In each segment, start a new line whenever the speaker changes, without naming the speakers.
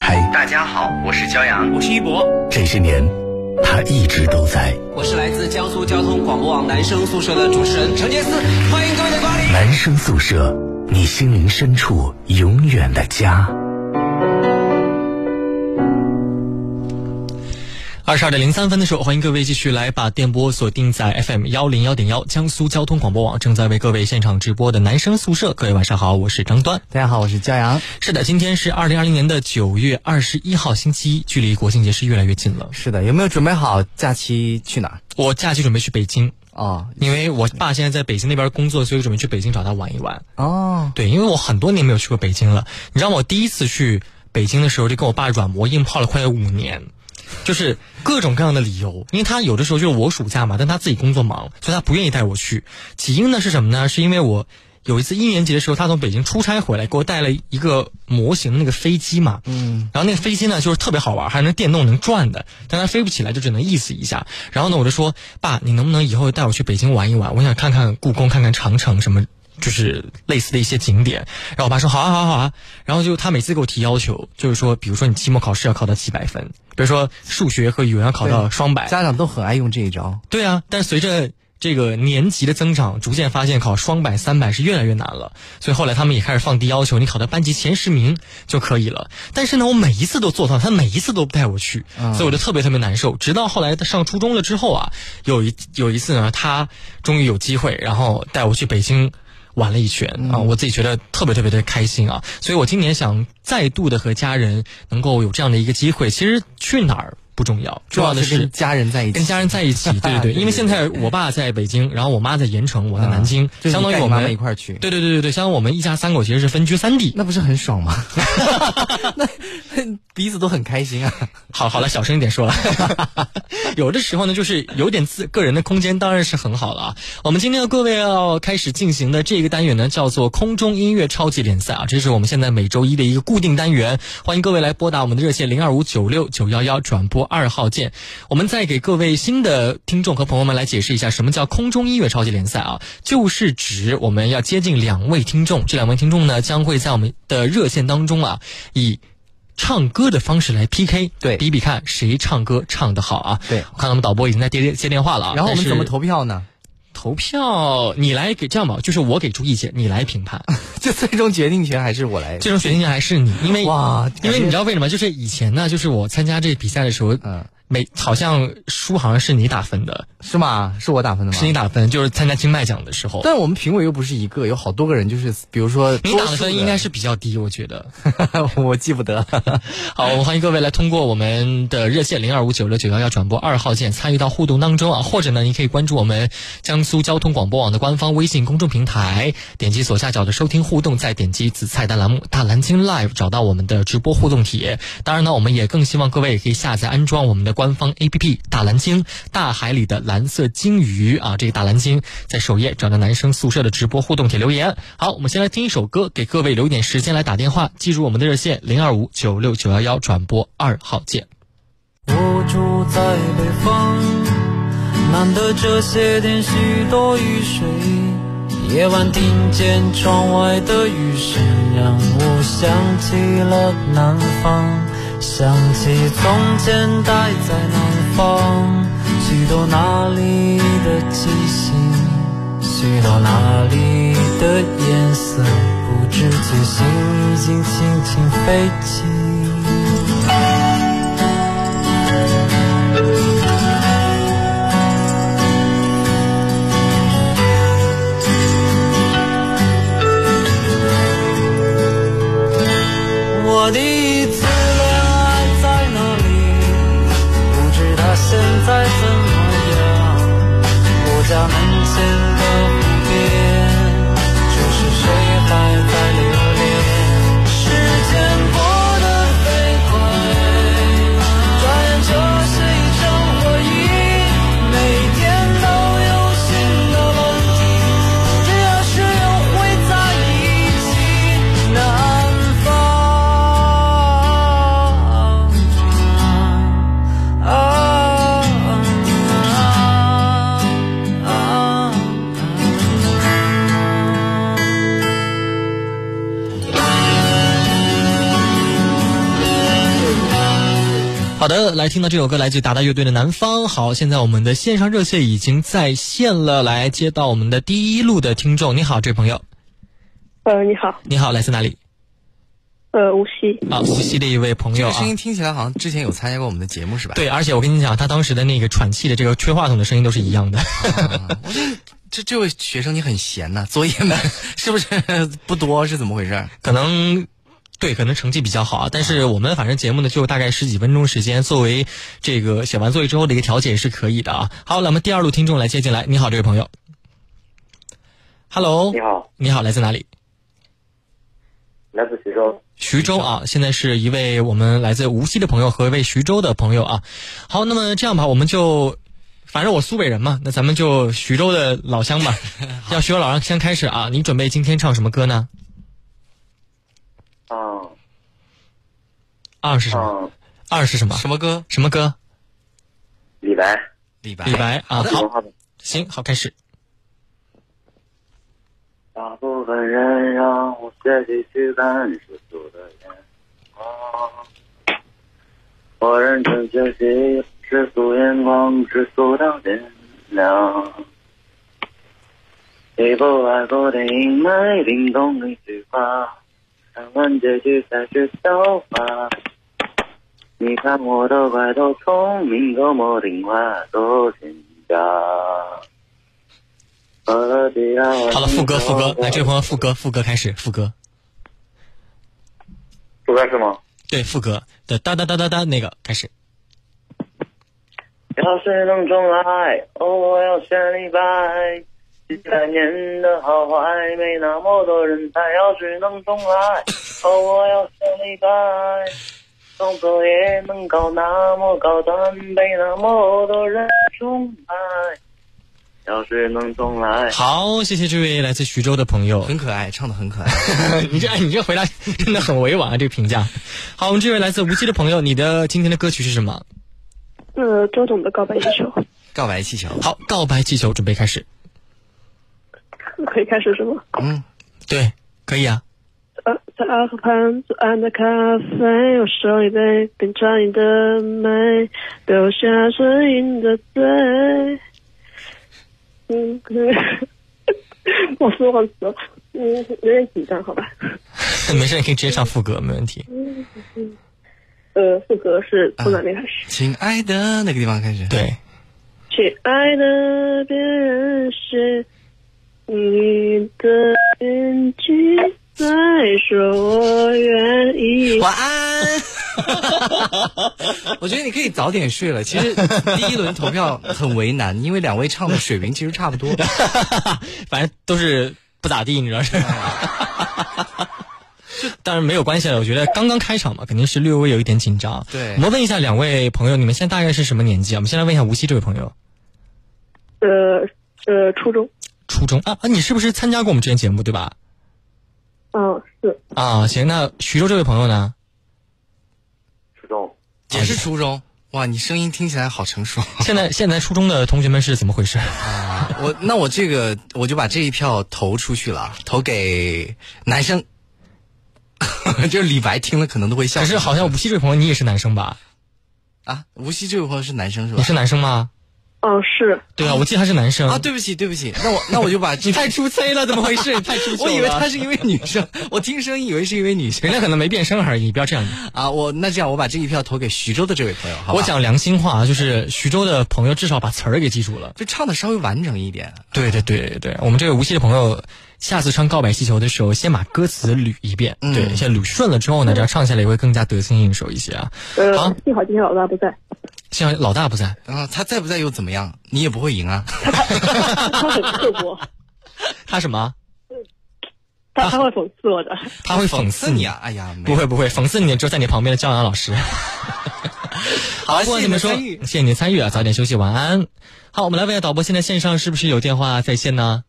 大家好，我是骄阳，
我是一博。
这些年，他一直都在。
我是来自江苏交通广播网男生宿舍的主持人陈杰斯，欢迎各位的光临。
男生宿舍，你心灵深处永远的家。
二十二点零三分的时候，欢迎各位继续来把电波锁定在 FM 幺零幺点幺江苏交通广播网，正在为各位现场直播的男生宿舍。各位晚上好，我是张端。
大家好，我是骄阳。
是的，今天是二零二零年的九月二十一号星期一，距离国庆节是越来越近了。
是的，有没有准备好假期去哪儿？
我假期准备去北京。
哦，
因为我爸现在在北京那边工作，所以准备去北京找他玩一玩。
哦，
对，因为我很多年没有去过北京了。你知道我第一次去北京的时候，就跟我爸软磨硬泡了快有五年，就是各种各样的理由。因为他有的时候就是我暑假嘛，但他自己工作忙，所以他不愿意带我去。起因呢是什么呢？是因为我有一次一年级的时候，他从北京出差回来，给我带了一个模型那个飞机嘛。
嗯，
然后那个飞机呢，就是特别好玩，还能电动能转的，但它飞不起来，就只能意思一下。然后呢，我就说爸，你能不能以后带我去北京玩一玩？我想看看故宫，看看长城什么。就是类似的一些景点，然后我爸说好啊好啊好啊，然后就他每次给我提要求，就是说，比如说你期末考试要考到几百分，比如说数学和语文要考到双百，
家长都很爱用这一招。
对啊，但是随着这个年级的增长，逐渐发现考双百、三百是越来越难了，所以后来他们也开始放低要求，你考到班级前十名就可以了。但是呢，我每一次都做到，他每一次都不带我去，所以我就特别特别难受。直到后来他上初中了之后啊，有一有一次呢，他终于有机会，然后带我去北京。玩了一圈啊、我自己觉得特别特别的开心啊，所以我今年想再度的和家人能够有这样的一个机会。其实去哪儿不重要，重要的
是
是
跟家人在一起，
跟家人在一起，对 对对，因为现在我爸在北京，然后我妈在盐城，我在南京，
啊就是
相
你
当于
带
我
你妈妈
们
一块儿去，
对对对对对，相当于我们一家三口其实是分居三地。
那不是很爽 吗？那彼此都很开心啊。
好好了，小声一点说 了。有的时候呢，就是有点自个人的空间，当然是很好了啊。我们今天的各位要开始进行的这个单元呢，叫做空中音乐超级联赛啊，这是我们现在每周一的一个固定单元。欢迎各位来拨打我们的热线零二五九六九幺幺转播二号键。我们再给各位新的听众和朋友们来解释一下，什么叫空中音乐超级联赛啊？就是指我们要接近两位听众，这两位听众呢，将会在我们的热线当中啊，以唱歌的方式来 PK，
对
比比看谁唱歌唱得好啊。
对
我看他们导播已经在接接电话了啊。
然后我
但
们
是
怎么投票呢？
投票？你来给这样吧，就是我给出意见，你来评判。
就最终决定权还是我来？
最终决定权还是你，因为
哇
因为
感觉
你知道为什么？就是以前呢，就是我参加这比赛的时候，
嗯，
每好像输好像是你打分的，
是吗？是我打分的吗？
是你打分，就是参加金麦奖的时候。
但我们评委又不是一个，有好多个人，就是比如说
你打的分应该
是，
是比较低，我觉得。
我记不得了。
好，我们欢迎各位来通过我们的热线零二五九六九幺幺转播二号键参与到互动当中啊，或者呢，你可以关注我们江苏交通广播网的官方微信公众平台，点击左下角的收听互动，再点击子菜单栏目“大蓝鲸 Live” 找到我们的直播互动帖。当然呢，我们也更希望各位也可以下载安装我们的官方 APP“ 大蓝鲸”，大海里的蓝色鲸鱼啊，这个大蓝鲸在首页找到男生宿舍的直播互动帖留言。好，我们先来听一首歌，给各位留一点时间来打电话，记住我们的热线零二五九六九幺幺转播二号键。
我住在北方，难得这些天许多雨水。夜晚听见窗外的雨声，让我想起了南方，想起从前待在南方，许多那里的气息，许多那里的颜色，不知觉心已经轻轻飞起。我第一次恋爱在哪里？不知他现在怎么样。我家门前的湖边，这是谁还在留恋？时间过得飞快，转眼这是一场回忆，每天都有新的问题。只要是有会在一起，南方。啊啊啊啊
好的，来听到这首歌来自于达达乐队的《南方》。好，现在我们的线上热线已经在线了，来接到我们的第一路的听众。你好，这位朋友，
呃，你好，
你好，来自哪里？
呃，无锡，
啊，无锡的一位朋
这
友
个
啊
声。音听起来好像之前有参加过我们的节目是吧？
对，而且我跟你讲，他当时的那个喘气的这个吹话筒的声音都是一样的。
啊，我觉得这这位学生你很闲呐、作业呢 是不是不多？是怎么回事？
可能对，可能成绩比较好啊。但是我们反正节目呢，就大概十几分钟时间，作为这个写完作业之后的一个调解也是可以的啊。好，那么第二路听众来接进来，你好，这位朋友。Hello，
你好，
你好，来自哪里？
来自徐州。
徐州啊，现在是一位我们来自无锡的朋友和一位徐州的朋友啊。好，那么这样吧，我们就，反正我苏北人嘛，那咱们就徐州的老乡 吧，要徐州老乡先开始啊。你准备今天唱什么歌呢？
啊
二是什么？
啊，
二是什么？
什么歌？
什么歌？
李白，
李白。
李白啊。
李
好
文，化的。
行，好，开始。
大部分人让我自己去看世俗的眼光，我认真学习世俗眼光，世俗的点亮。一部爱国电影没灵动一句话，看完结局才知道吧。你看我都快都聪明，多么听话，多奸诈。
好
好
了，副歌，副歌，来，这位朋友，副歌，副歌开始，副歌，
不干是吗？
对，副歌的哒哒哒哒哒那个开始。
要是能重来，哦，我要选李白。几百年的好坏，没那么多人才。要是能重来，哦，我要选李白。创作也能搞那么高端，被那么多人崇拜。要是能重来，
好，谢谢这位来自徐州的朋友。
很可爱，唱的很可爱。
你这哎你这回答真的很委婉啊，这个评价。好，我们这位来自无锡的朋友，你的今天的歌曲是什么？
呃，周董的告白气球，
告白气球，
好，告白气球准备开始。
可以开始是吗？
嗯，
对，可以啊。
呃，在二河畔左岸的咖啡，我手一杯，品尝你的美，留下声音的醉。嗯， 我说忘词了，嗯，有点紧张，好吧。嗯
没事，你可以直接唱副歌，没问题。
呃，副歌是从哪里开始？
亲爱的那个地方开始。，
对，
亲爱的，别人是你的眼睛在说我愿意。
晚安。 我觉得你可以早点睡了。其实第一轮投票很为难，因为两位唱的水平其实差不多。
反正都是不咋地，你知道是吧？当然没有关系了，我觉得刚刚开场嘛，肯定是略微有一点紧张。
对
我们问一下两位朋友，你们现在大概是什么年纪啊？我们先来问一下无锡这位朋友，
呃呃，初中，
初中啊啊，你是不是参加过我们之前节目对吧？
嗯、是
啊，行，那徐州这位朋友呢？
初中
也是初中。哇，你声音听起来好成熟。
现在现在初中的同学们是怎 么回事？
我那我这个我就把这一票投出去了，投给男生。 就是李白听了可能都会笑。
可是好像无锡这位朋友你也是男 生吧？
啊，无锡这位朋友是男生是吧
你？是男生吗？
嗯、是，
对啊，我记得他是男生
啊，，对不起对不起，那我那我就把这
你太出 C 了，怎么回事？太 出
我以为她
他
是一位女生，我听声音以为是一位女生
人家可能没变声而已，不要这样。
啊。我那这样我把这一票投给徐州的这位朋友，好吧
我讲良心话啊，就是徐州的朋友至少把词儿给记住了。
就唱的稍微完整一点。
对对对对，我们这位无锡的朋友，下次唱《告白气球》的时候，先把歌词捋一遍，
嗯
对，先捋顺了之后呢，这样唱下来也会更加得心应手一些啊。好
呃，幸好今天老大不在，
像老大不在，
啊，他在不在又怎么样？你也不会赢啊。
他很刻薄，
他什么？
他他会讽刺我的。
他会讽
刺
刺
你
你
啊！！哎呀，没
不会不会，讽刺你的只有在你旁边的教养老师。
好了，谢
不
谢
管怎
你
么
的
说，
参
谢
与。
谢你的参与啊，早点休息，晚安。好，我们来问一下导播，现在线上是不是有电话在线呢？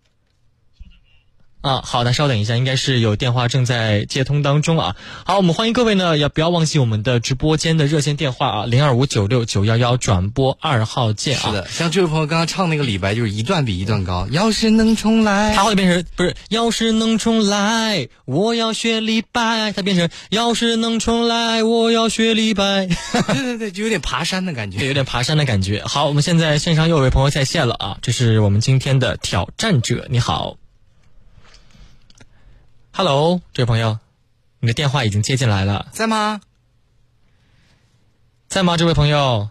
啊，好的，稍等一下，应该是有电话正在接通当中啊。好，我们欢迎各位呢，也不要忘记我们的直播间的热线电话啊，零二五九六九幺幺转播二号键啊。
是的，像这位朋友刚刚唱那个李白，就是一段比一段高。要是能重来，
它会变成不是？要是能重来，我要学李白。它变成要是能重来，我要学李 白，
对对对，就有点爬山的感
有
觉。
点爬山的感觉。好，我们现在线上又有位朋友在线了啊，这是我们今天的挑战者，你好，Hello，这位朋友，你的电话已经接进来了，
在吗？
在吗？这位朋友，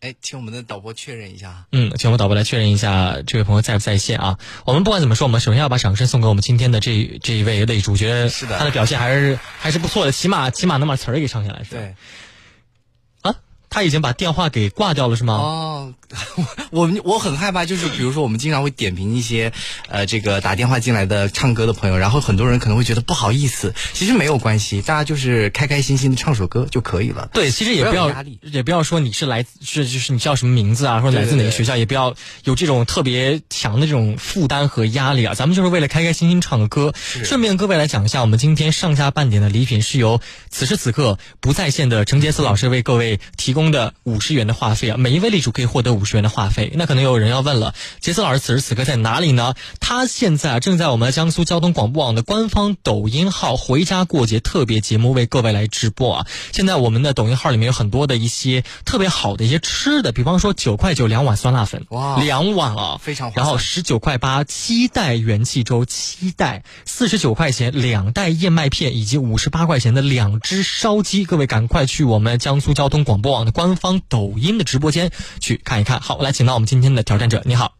哎，请我们的导播确认一下。
嗯，请我们导播来确认一下这位朋友在不在线啊？我们不管怎么说，我们首先要把掌声送给我们今天的这这一位类主角，
是的
他的表现还是还是不错的，起码起码能把词儿给唱下来是吧？
对，
啊，他已经把电话给挂掉了是吗？
哦， 我我我很害怕，就是比如说我们经常会点评一些，呃，这个打电话进来的唱歌的朋友，然后很多人可能会觉得不好意思，其实没有关系，大家就是开开心心的唱首歌就可以了。
对，其实也
不要
要
有压力
也不要说你是来自是就是你叫什么名字啊，或者来自哪
对
个
对
学校，也不要有这种特别强的这种负担和压力啊。咱们就是为了开开心心唱个歌。顺便各位来讲一下，我们今天上下半点的礼品是由此时此刻不在线的程杰斯老师为各位提供的五十元的话费啊，每一位力主可以获得五十元的话费。那可能有人要问了，杰斯老师此时此刻在哪里呢？他现在正在我们江苏交通广播网的官方抖音号“回家过节”特别节目为各位来直播啊。现在我们的抖音号里面有很多的一些特别好的一些吃的，比方说九块九两碗酸辣粉，
哇
两碗啊，
非常划算
然后十九块八七袋元气粥，七袋四十九块钱两袋燕麦片，以及五十八块钱的两只烧鸡。各位赶快去我们江苏交通广播网的官方抖音的直播间去看一看。好，来请到我们今天的挑战者，你好，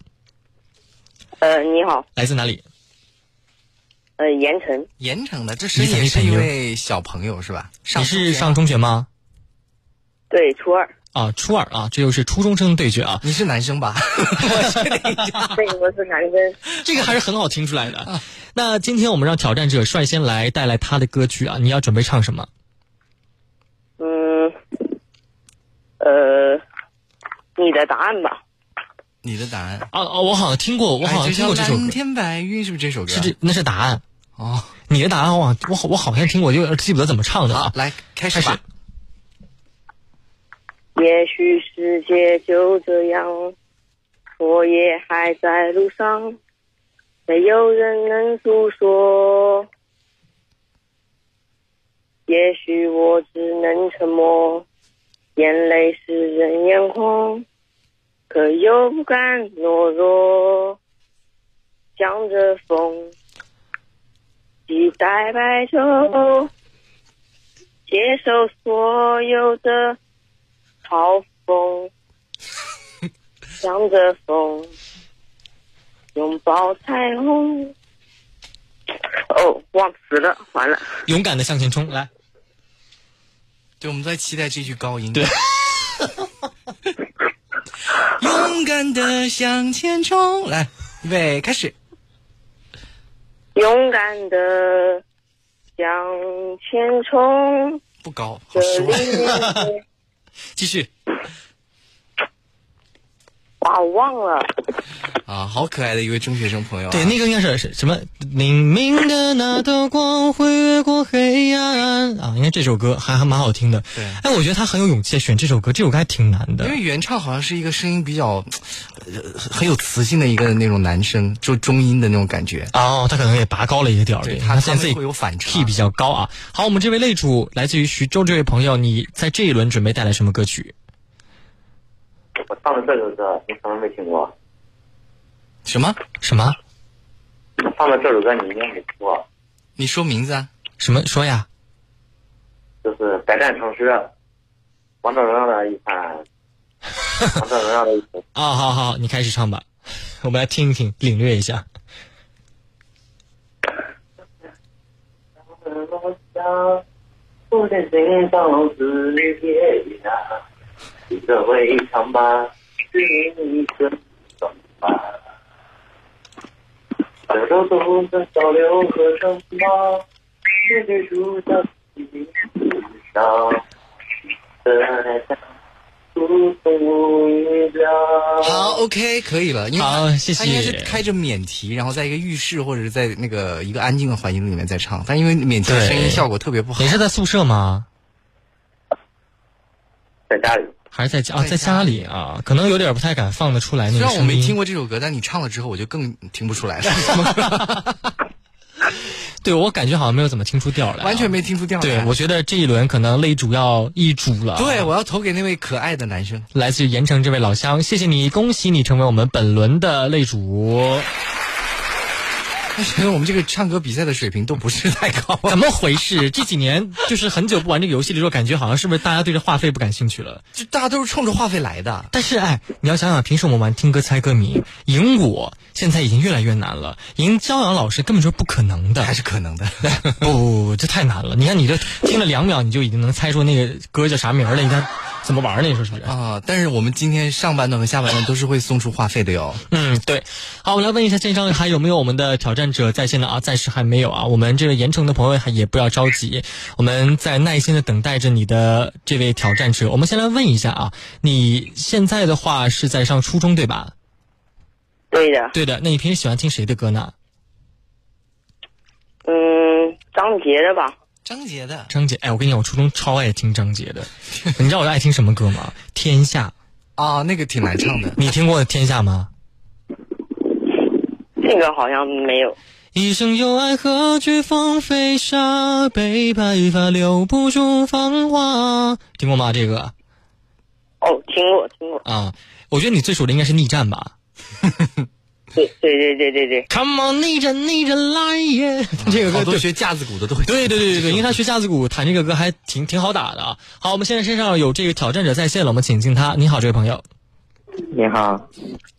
呃，你好，
来自哪里？
呃，盐 城，
盐城的，这是
你怎么
也是
没
一
朋友
位小朋友是吧？
你
上
是
中学
上中学吗？
对，初二，
啊，初二啊，这又是初中生对决啊，
你是男生吧？
这个我是男生，
这个还是很好听出 来的。那今天我们让挑战者率先来带来他的歌曲啊，你要准备唱什么？
嗯，呃，你的答案吧，
你的答案，
啊哦，我好像听过，我好
哎
像
就
听过这首歌
蓝，天白云是不是这首歌？啊
是这那是答案。
哦，
你的答案我好我好我好像听过，就记不得怎么唱的
好
啊，。
来开
开
始
始
吧。
也许世界就这样，我也还在路上，没有人能诉说。也许我只能沉默，眼泪湿润眼眶，可又不甘懦弱，向着风，期待白昼，接受所有的。嘲 讽，向着风，拥抱彩虹。哦，忘词了，完了。
勇敢的向前冲，来，
对，我们在期待这句高音。对。 勇敢的向前冲，来，预备开始。
勇敢的向前冲，
不高，好
这
失望。
里
啊
面
继续。
哇，我忘了。
啊，好可爱的一位中学生朋友、啊。
对，那个应该是是什么？明明的那道光会越过黑暗啊，应该这首歌还还蛮好听的。
对嗯
哎，我觉得他很有勇气选这首歌，这首歌还挺难的
因。为原唱好像是一个声音比较，呃，很有磁性的一个那种男生，就中音的那种感觉。
哦，他可能也拔高了一个调儿，
对
他
他
现在自己
他会有反差
key 比较高啊。好，我们这位擂主来自于徐州这位朋友，你在这一轮准备带来什么歌曲？
我唱的这首歌，你可能没听过。
什么？
什么
我唱的这首歌你应该没听过，
你说名字啊？
什么说呀？
就是《百战成诗》，王者荣耀的一 款，王者荣耀的一款。
啊、好好，你开始唱吧， 我们来听一听，领略一下。
落下，不忍心上楼子夜雨啊，你这围长吧，是你的怎么办？小手独自小流河城吧，面对主的心上，的爱像无从无语的
好，OK，可以了，因为
好
他
谢谢
他应该是开着免提，然后在一个浴室或者是在那个一个安静的环境里面在唱，但因为免提的
对
声音效果特别不好
你。是在宿舍吗？
在家里。
还是在家啊？在
在
家
家
里啊，可能有点不太敢放得出来那
虽
个
然
声音。
我没听过这首歌，但你唱了之后，我就更听不出来了，
对我感觉好像没有怎么听出调来啊、
完全没听出调来。
对，我觉得这一轮可能擂主要易主 了。啊
对，我要投给那位可爱的男生。
来自于盐城这位老乡，谢谢你，恭喜你成为我们本轮的擂主。
他觉得我们这个唱歌比赛的水平都不是太高。啊
怎么回事？这几年就是很久不玩这个游戏的时候，感觉好像是不是大家对这话费不感兴趣了？
就大家都是冲着话费来的。
但是哎，你要想想，平时我们玩听歌猜歌谜，赢我现在已经越来越难了，赢骄阳老师根本就是不可能的
还。是可能的，
不不不，这太难了！你看你这听了两秒，你就已经能猜出那个歌叫啥名儿了，你看怎么玩儿呢？你说是不是？
啊、但是我们今天上半段和下半段都是会送出话费的哟。
嗯，对。好，我们来问一下线上还有没有我们的挑战者在线的啊？暂时还没有啊。我们这个盐城的朋友还也不要着急，我们在耐心的等待着你的这位挑战者。我们先来问一下啊，你现在的话是在上初中对吧？
对的，
对的。那你平时喜欢听谁的歌呢？
嗯，张杰的吧，
张杰的
张杰。哎，我跟你讲，我初中超爱听张 杰的。你知道我爱听什么歌吗？天下。
啊、那个挺难唱的。
你听过天下吗？
这个好像没有。
一生有爱，何惧风飞沙？被白发留不住芳华。听过吗？这个？
哦，听过，听过。
啊，我觉得你最熟的应该是逆战吧。
对对对对对对，
Come on，逆战，逆战来耶！这个
啊好
歌
多
对。
学架子鼓的都会。
对对 对对对，因为他学架子鼓弹这个歌还挺挺好打的啊。好，我们现在身上有这个挑战者在线了，我们请进他。你好，这位朋友，
你好，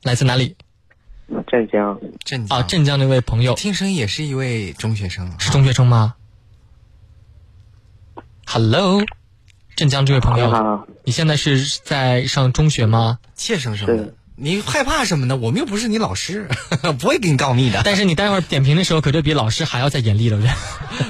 来自哪里
镇江，
镇江
啊？镇江这位朋友
听声音也是一位中学生啊。
是中学生吗？Hello，镇江这位朋
你
友，
好，
你现在是在上中学吗？
怯生生的
对，
你害怕什么呢？我们又不是你老师， 不会给你告密的。
但是你待会儿点评的时候，可就比老师还要再严厉了，我觉得。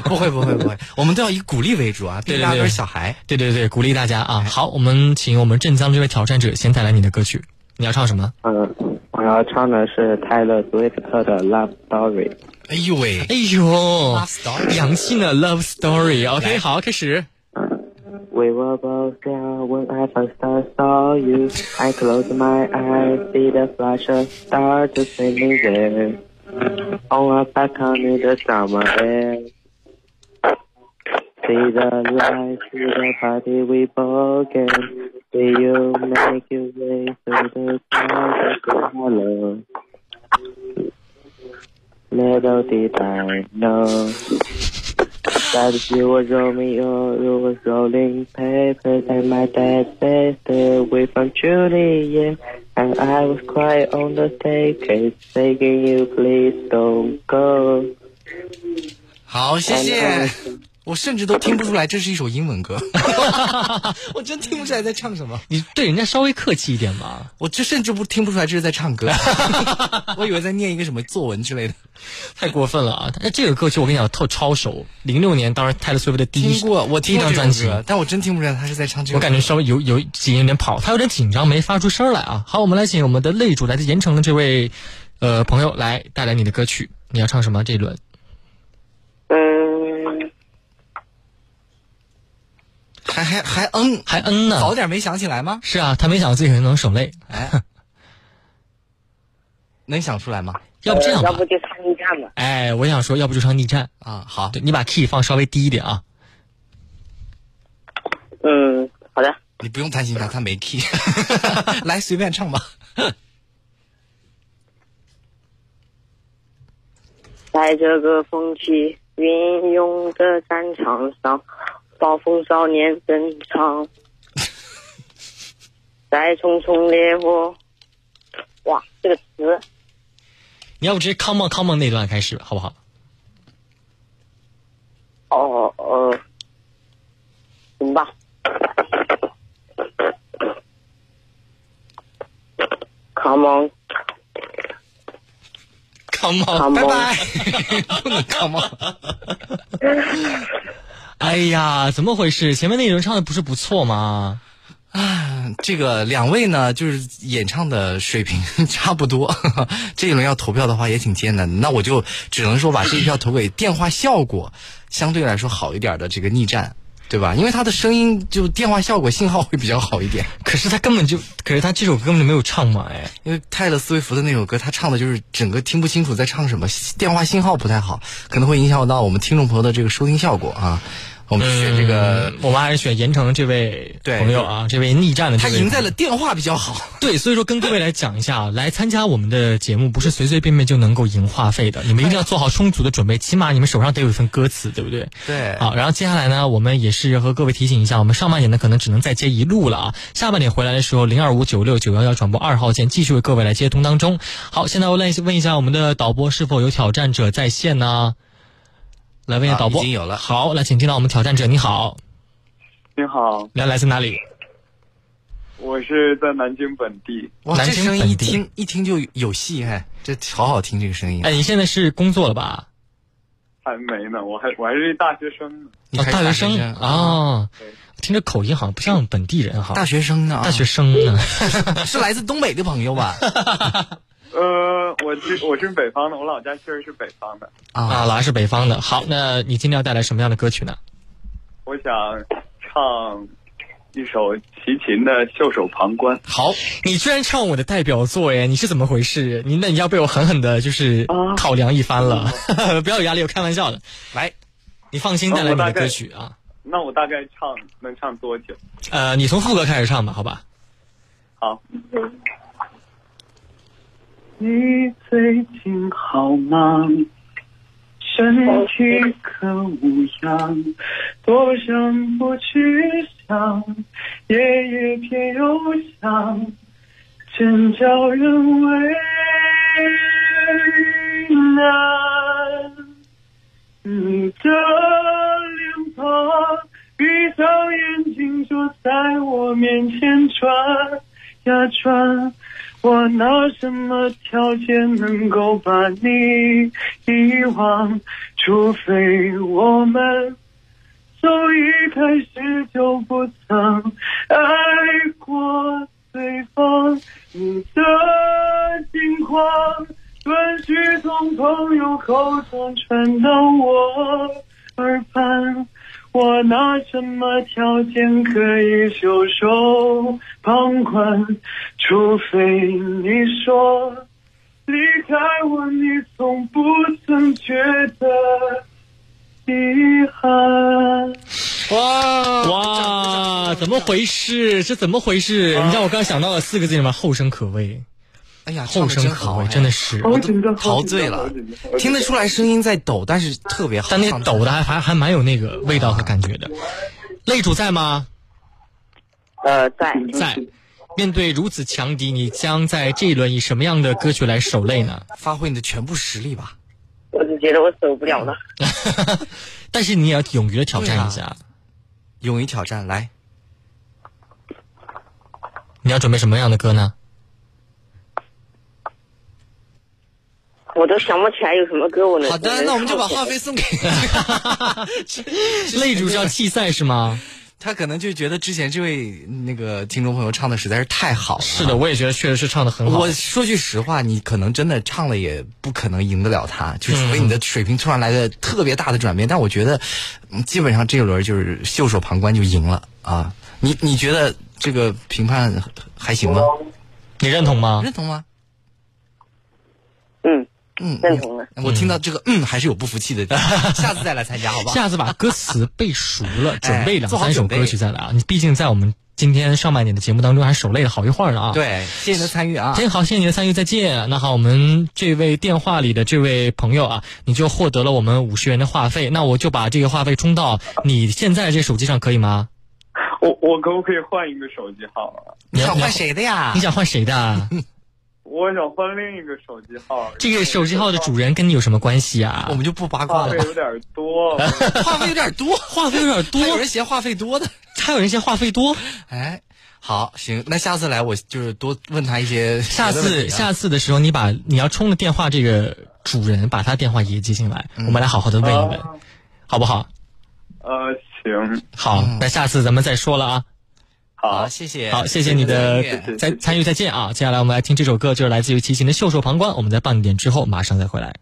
不会不会不会，我们都要以鼓励为主啊，
对
毕
对
竟大家都
对
是小孩。哎
对对对，鼓励大家啊！好，我们请我们镇江这位挑战者先带来你的歌曲，你要唱什么？
嗯，我要唱的是泰勒·斯威夫特的《Love Story》。
哎呦喂，
哎呦
Love Story 嗯
洋气呢，Love Story。OK，
来
好，开始。
We were both young when I first saw you. I closed my eyes, see the flash of stars just me there. On a balcony, the summer air. See e. the lights, see the party we both get. See you make your way through the crowd of hello. Little did I know. That you were Romeo, you were rolling papers, and my dad said stay away from Juliet. And I was crying on the staircase, begging you please don't go.
好，谢谢
哎。
我甚至都听不出来这是一首英文歌， 我真听不出来在唱什么。
你对人家稍微客气一点嘛。
我这甚至不听不出来这是在唱 歌，我以为在念一个什么作文之类的。
太过分了啊！但是这个歌曲我跟你讲，特超熟。零六年当时 Taylor Swift 的第一
听过，我
第
听
一
过
张
这
专
首
辑，
歌，但我真听不出来他是在唱这
我
个。
感觉稍微有有几有点跑，他有点紧张，没发出声儿来啊。好，我们来请我们的擂主来自盐城的这位呃朋友来带来你的歌曲，你要唱什么这一轮？
嗯，
还还还嗯，
还嗯呢？
早点没想起来吗？
是啊，他没想到自己可能能守 擂，
哎，能想出来吗？
要不这样吧
要？不就唱一唱吧。
哎，我想说，要不就唱逆战。
啊，好，
对你把 key 放稍微低一点啊。
嗯，好的。
你不用担心他，他没 key，来随便唱吧。
在这个风起云涌的战场上，暴风少年登场，在熊熊烈火。哇，这个词，
你要不直接 come on come on 那段开始好不好？
哦哦，行吧。Come on,
come on，
come on，
不能 come on，
啊哎呀，怎么回事？前面那一轮唱的不是不错吗？
啊，这个两位呢，就是演唱的水平 差不多。这一轮要投票的话也挺艰难的，那我就只能说把这一票投给电话效果相对来说好一点的这个逆战，对吧？因为他的声音就电话效果信号会比较好一点。
可是他根本就，可是他这首歌根本就没有唱嘛，哎，
因为泰勒·斯威夫的那首歌，他唱的就是整个听不清楚在唱什么，电话信号不太好，可能会影响到我们听众朋友的这个收听效果啊。我们选这个，
嗯我们还是选盐城这位
对
朋友啊，这位逆战的这
他
位，
赢在了电话比较好。
对，所以说跟各位来讲一下，啊来参加我们的节目不是随随便便就能够赢话费的，你们一定要做好充足的准备，起码你们手上得有一份歌词，对不对？
对
好，然后接下来呢，我们也是和各位提醒一下，我们上半年呢可能只能再接一路了啊，下半年回来的时候零二五九六九幺幺转播二号线继续为各位来接通当中。好，现在我来问一下我们的导播是否有挑战者在线呢？来问一下
啊
导播，
已经有了
好，来请听到我们挑战者，你好，
你好，
来来自哪里？
我是在南京本地，
哇，
南
这
京
声音
本
一
地
听一听就有戏，哎，这好好听这个声音。
哎，你现在是工作了吧？
还没呢，我还我还是一大学生呢。
你
哦，
还是
大学生
大学生
啊、听着口音好像不像本地人哈。
大学生呢？啊
大学生呢？
是来自东北的朋友 吧？
呃，我是我是北方的，我老家确实是北方的。
啊，
啊，
老师是北方的。好，那你今天要带来什么样的歌曲呢？
我想唱一首齐秦的《袖手旁观》
好，
你居然唱我的代表作哎，你是怎么回事？你那你要被我狠狠的就是
啊
考量一番了， 不要有压力，我开玩笑的。
来，
你放心带来
哦我
你的
大概
歌曲啊。
那我大概唱能唱多久？
呃，你从副歌开始唱吧，好吧？
好。你最近好吗？身体可无恙？多想不去想，夜夜偏又想，真叫人为难。你的脸庞，闭上眼睛就在我面前转呀转，我拿什么条件能够把你遗忘？除非我们从一开始就不曾爱过对方，你的近况断续从朋友口中传到我耳畔。我拿什么条件可以袖手旁观？除非你说离开我，你从不曾觉得遗憾。
哇
哇，怎么回事？这怎么回事？
啊
你知道我刚刚想到了四个字吗？后生可畏，
哎呀，唱
后
得
生
真
可
好，
畏，
哎
真的是。
好紧张，
陶醉了，听得出来声音在抖，但是特别好。
但那抖的还还还蛮有那个味道和感觉的。擂主在吗？
呃，在
在。面对如此强敌，你将在这一轮以什么样的歌曲来守擂呢？
发挥你的全部实力吧。
我就觉得我受不了了。
但是你也要勇于的挑战一
对啊
下。
勇于挑战，来，
你要准备什么样的歌呢？
我都想不起来有什么歌我能。
好的，
能
那我们就把
唱
话费送给
擂主是要弃赛是吗？
他，可能就觉得之前这位那个听众朋友唱的实在是太好了。
是的，我也觉得确实是唱的很好。
我说句实话，你可能真的唱了也不可能赢得了他，就除非
嗯
你的水平突然来个特别大的转变。但我觉得，嗯基本上这一轮就是袖手旁观就赢了啊！你你觉得这个评判还行吗？
你认同吗？
认同啊吗？
嗯，
嗯，
认同了。
我听到这个嗯还是有不服气的 地方，下次再来参加好不好？哎
下次把歌词背熟了，准备两
做好
三首
准备
歌曲再来啊！你毕竟在我们今天上半年的节目当中还守擂了好一会儿呢啊。。
对，谢谢您的参与啊！
真好，谢谢你的参与，再见。那好，我们这位电话里的这位朋友啊，你就获得了我们五十元的话费，那我就把这个话费充到你现在这手机上，可以吗？
我我可不可以换一个手机号啊？
你想换谁的呀
你？想换谁 的啊？
我想换另一个手机号。
这个手机号的主人跟你有什么关系啊
我？们就不八
话
卦
费
了，
有点多，
话费有点多，
话费有点多
还，有人嫌话费多的。
还有人嫌话费多。
哎，好，行，那下次来我就是多问他一些
下
别的问
次
题啊
下次的时候，你把你要充的电话这个主人，把他电话也接进来，
嗯
我们来好好的问一问，好不好？
呃，行，
好，那下次咱们再说了啊。
嗯好， 谢谢，
好，谢谢你的再参与，再见啊！接下来我们来听这首歌，就是来自于齐秦的《袖手旁观》。我们在半点之后马上再回来。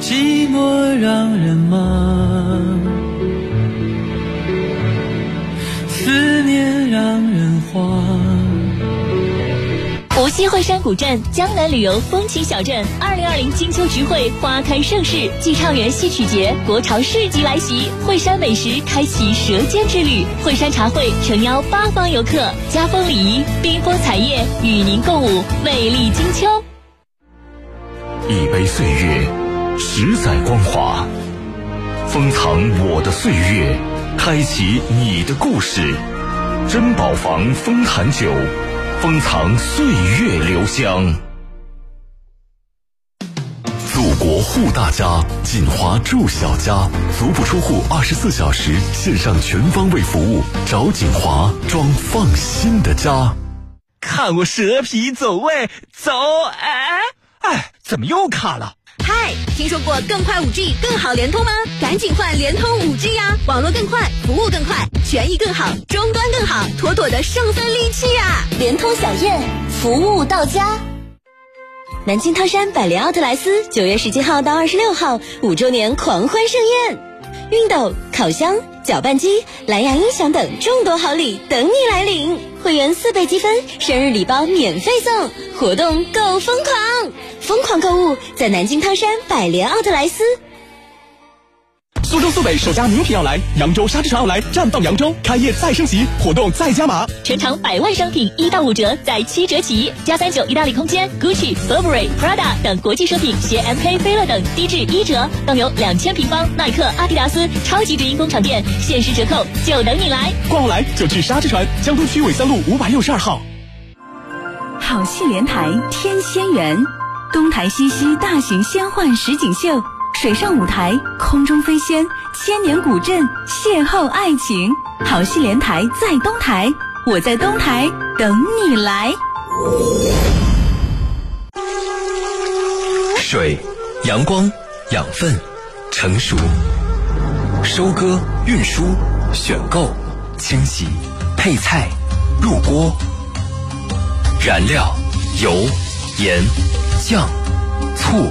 寂寞让人忙，思念让人慌。
无锡惠山古镇江南旅游风情小镇，二零二零金秋菊会花开盛世，纪唱元戏曲节、国潮市集来袭，惠山美食开启舌尖之旅，惠山茶会诚邀八方游客，家风礼仪、缤纷彩叶与您共舞魅力金秋。
一杯岁月，十载光华，封藏我的岁月，开启你的故事。珍宝坊封坛酒，封藏岁月留香。祖国护大家，锦华住小家，足不出户，二十四小时线上全方位服务，找锦华装放心的家。
看我蛇皮走位，走哎哎，怎么又卡了？
嗨，听说过更快 5G 更好联通吗？赶紧换联通 5G 呀、网络更快，服务更快，权益更好，终端更好，妥妥的上分利器啊！联通小燕，服务到家。南京汤山百联奥特莱斯九月十七号到二十六号五周年狂欢盛宴，熨斗、烤箱、搅拌机、蓝牙音响等众多好礼等你来领，会员四倍积分，生日礼包免费送，活动够疯狂！疯狂购物在南京汤山百联奥特莱斯。
苏州苏北首家名品要来，扬州沙之船要来，站到扬州开业再升级，活动再加码。
全场百万商品一到五折，在七折起。加三九意大利空间、Gucci、Burberry、Prada 等国际奢品携 MK、菲乐等低至一折，更有两千平方耐克、阿迪达斯超级直营工厂店，限时折扣就等你来。
逛不来就去沙之船，江东区纬三路五百六十二号。
好戏连台，添仙缘。东台西溪大型仙幻实景秀，水上舞台，空中飞仙，千年古镇，邂逅爱情。好戏连台在东台，我在东台等你来。
水、阳光、养分、成熟、收割、运输、选购、清洗、配菜、入锅、燃料、油、盐、酱、醋、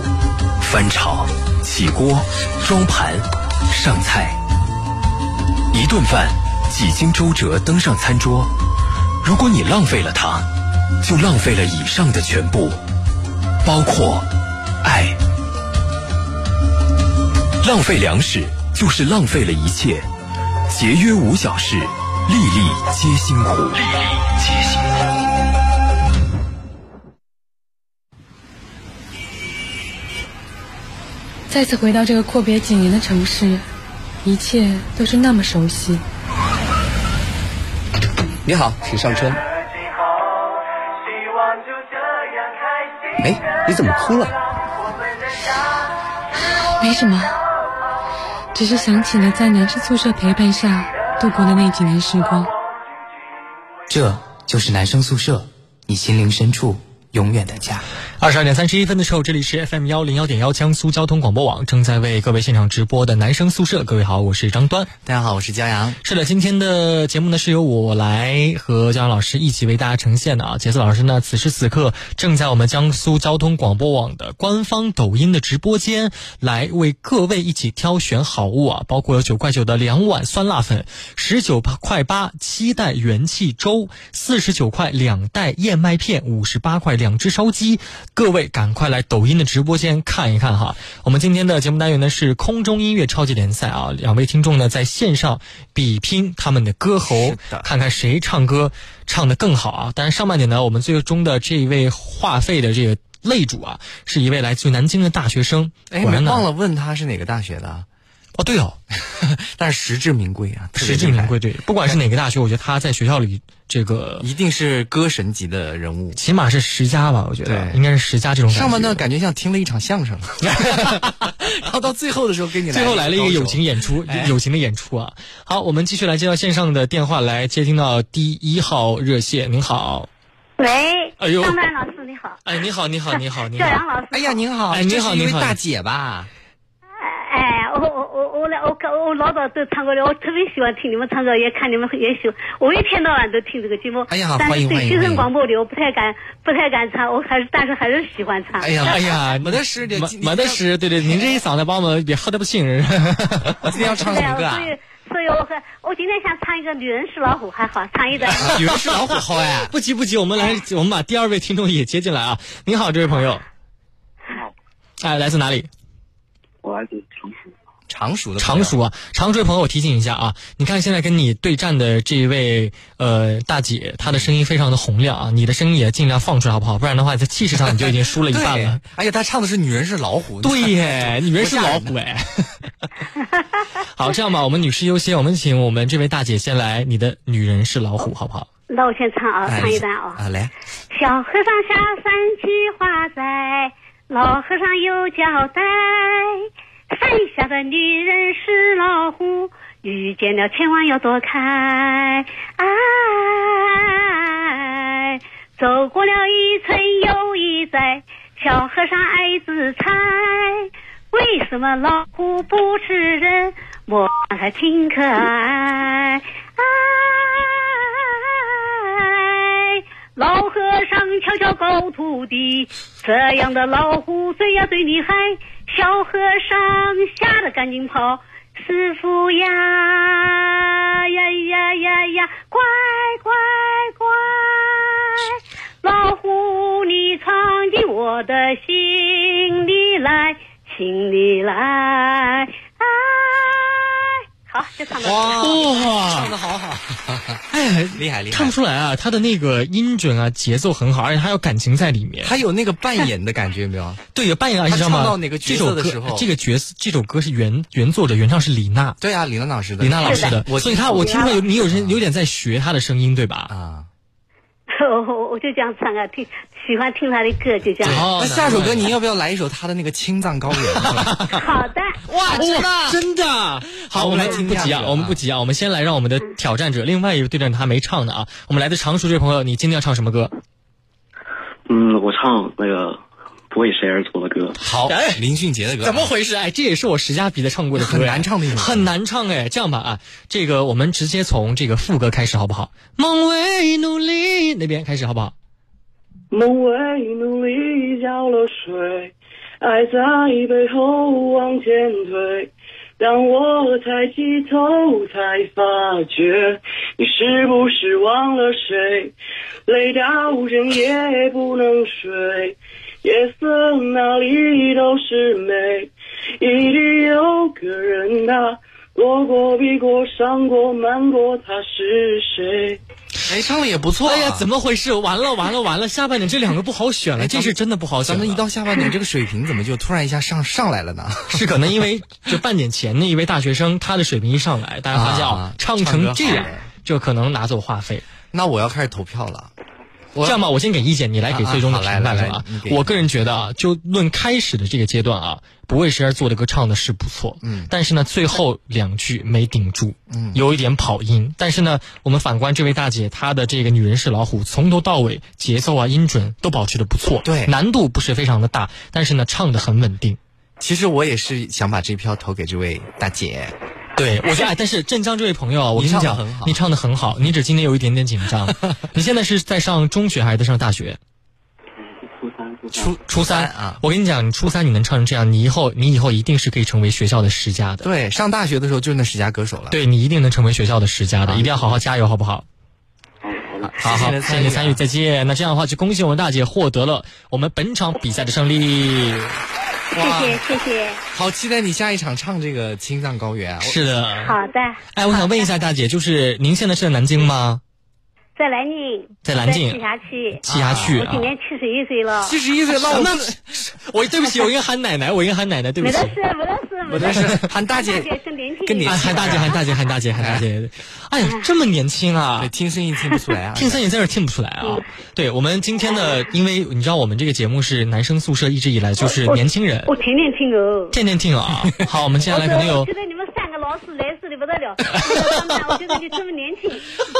翻炒、起锅、装盘、上菜。一顿饭几经周折登上餐桌，如果你浪费了它，就浪费了以上的全部，包括爱。浪费粮食就是浪费了一切，节约无小事，粒粒皆辛苦。粒粒皆辛苦。
再次回到这个阔别几年的城市，一切都是那么熟悉。
你好，请上车。哎，你怎么哭了？
没什么，只是想起了在男生宿舍陪伴下度过的那几年时光。
这就是男生宿舍，你心灵深处永远的家。
二十二点三十一分的时候，这里是 FM 幺零幺点幺江苏交通广播网，正在为各位现场直播的男生宿舍。各位好，我是张端。
大家好，我是江阳。
是的，今天的节目呢是由我来和江阳老师一起为大家呈现的啊。杰斯老师呢，此时此刻正在我们江苏交通广播网的官方抖音的直播间，来为各位一起挑选好物啊，包括有九块九的两碗酸辣粉，十九块八七袋元气粥，四十九块两袋燕麦片，五十八块两只烧鸡。各位赶快来抖音的直播间看一看哈！我们今天的节目单元呢是空中音乐超级联赛啊，两位听众呢在线上比拼他们的歌喉，看看谁唱歌唱得更好啊！当然上半点呢，我们最终的这一位话费的这个擂主啊，是一位来自于南京的大学生。
哎，
果然
没
呢
忘了问他是哪个大学的啊。
哦，对哦，
但是实至名归啊，特别
实至
厉害
名归。对，不管是哪个大学，我觉得他在学校里这个
一定是歌神级的人物，
起码是十佳吧，我觉得应该是十啊佳这种感觉。
上半段感觉像听了一场相 声，然后到最后的时候给你
最后来了一个友情演出，
哎
友情的演出啊！好，我们继续来接到线上的电话，来接听到第一号热线。您好，
喂，
哎呦
张丹老师你好，
哎，你好，你好，你好，你
教
好
阳，老师，哎
呀，您好
哎，你好，你好，
吧？
哎，我我我我来我我我老早都唱歌了，我特别喜欢听你们唱歌，也看你们演秀，我一天到晚都听这个节目。
哎呀
但
欢
是
迎欢
对
迎
新
欢
生
迎
广播里我不太敢不太敢唱，我还是但是还是喜欢唱。
哎呀，哎呀，
没得事的今
没得事，对对，您这一嗓子把我们别喝的不省 人。今天要
对哎呀，
啊
啊
所以所以我很我今天想唱一个《女人是老虎》，还好唱一段。
女人是老虎，好哎！ 不急不急，我们来，我们把第二位听众也接进来啊。您好，这位朋友。哎，来自哪里？
我来自成都。
常熟的
常熟啊，常熟的朋友，我提醒一下啊，你看现在跟你对战的这一位呃大姐，她的声音非常的洪亮啊，你的声音也尽量放出来好不好？不然的话，在气势上你就已经输了一半
对。
了。
而且他唱的是《女人是老虎》，
对耶，女人是老虎哎。 好，这样吧，我们女士优先，我们请我们这位大姐先来，你的女人是老虎好不好？
那我先唱啊，
哎
唱一段啊。
啊，来，
小和尚下山去化斋，老和尚有交代。山下的女人是老虎，遇见了千万要躲开。啊哎，走过了一村又一寨，小和尚爱自裁。为什么老虎不吃人？我还挺可爱。哎，老和尚敲敲狗土地，这样的老虎追呀追厉害。小和尚吓得赶紧跑，师傅呀呀呀呀呀，乖乖乖，老虎你闯进我的心里来，心里来。哎，好，就唱到这里
哇
唱的好好，
哎，
厉害厉害
看不出来啊，她的那个音准啊，节奏很好，而且她有感情在里面。
他有那个扮演的感觉没 有？
对，有扮演啊，你
他
知道
唱
吗？
到哪个角色的
这
时
首
候
歌，这个角色，这首歌是原原作者原唱是李娜，
对啊，李娜老师的，
李娜老师的，
我
所以她我听出来有你有人有点在学她的声音，对吧？
啊，
我 我我就这样唱啊，听喜欢听他的歌，就这样。
哦
那下首歌您要不要来一首他的那个《青藏高原》？
好的，
哇
真的
哇
真的，好，我们
来听
不
第二
急啊，
个
我们不急啊，我们先来让我们的挑战者，另外一位对战者他没唱的啊，我们来自常熟这位朋友，你今天要唱什么歌？
嗯，我唱那个不为谁而作的歌。
好，哎林俊杰的 歌
怎么回事？哎，这也是我十佳比的唱过的歌，
很难唱的一首歌
很难唱哎。这样吧啊，这个我们直接从这个副歌开始好不好？梦为努力那边开始好不好？
梦为努力浇了水，爱在背后往前推。当我抬起头，才发觉你是不是忘了谁？累到整夜不能睡，夜色哪里都是美。一定有个人他躲过、避过、伤过、瞒过，他是谁？
哎，唱的也不错、啊。
哎呀，怎么回事？完了完了完了！下半年这两个不好选了，这是真的不好
哎
选
咱
了。
们一到下半年，这个水平怎么就突然一下上上来了呢？
是可能因为就半点前那一位大学生，他的水平一上来，大家发现啊
啊，
唱
唱
成
歌
这
好
样
了，
就可能拿走话费。
那我要开始投票了。我
这样吧，我先给意见，你来给
啊啊
最终的
好
评
来来
判是
来
吧
你？给
我个人觉得啊，就论开始的这个阶段啊，不为谁而作的歌唱的是不错，
嗯
但是呢，最后两句没顶住，
嗯
有一点跑音。但是呢，我们反观这位大姐，她的这个女人是老虎，从头到尾节奏啊、音准都保持的不错，
对
难度不是非常的大，但是呢，唱的很稳定。
其实我也是想把这票投给这位大姐。
对， 我觉得哎，但是镇江这位朋友啊，我跟
你唱得
讲
很，好
你唱的很好，你只今天有一点点紧 张。你现在是在上中学还是在上大学？初初三啊！我跟你讲，你初三你能唱成这样，你以后你以后一定是可以成为学校的十佳的。
对，上大学的时候就是那十佳歌手了。
对你一定能成为学校的十
啊
佳的，一定要好好加油，好不好？好好，
谢谢你的
谢谢你的
参
参
与
与，
啊
再见。那这样的话，就恭喜我们大姐获得了我们本场比赛的胜利。
哇
谢谢谢谢，
好期待你下一场唱这个《青藏高原》啊。我
是的，
好的，
哎，我想问一下大姐，就是您现在是在南京吗？
在南宁，
在南京
栖霞区，
栖霞区
啊我今年七十一岁了，
71岁啊那我们 我对不起，我应该喊奶奶，我应该喊奶奶，对不
没
起
得。事，没得事，
没得事喊大姐
大姐更年轻，
跟你喊大姐，喊大姐，喊大姐，喊大姐！哎呀，这么年轻啊！对，
听声音听不出来啊
听声音真是听不出来啊！对我们今天的，因为你知道我们这个节目是男生宿舍，一直以来就是年轻人
我天天听哦。
天天听啊。好，我们接下来可能
我
有
觉得你们三个老师来事的不得 了，我觉得你这么年轻，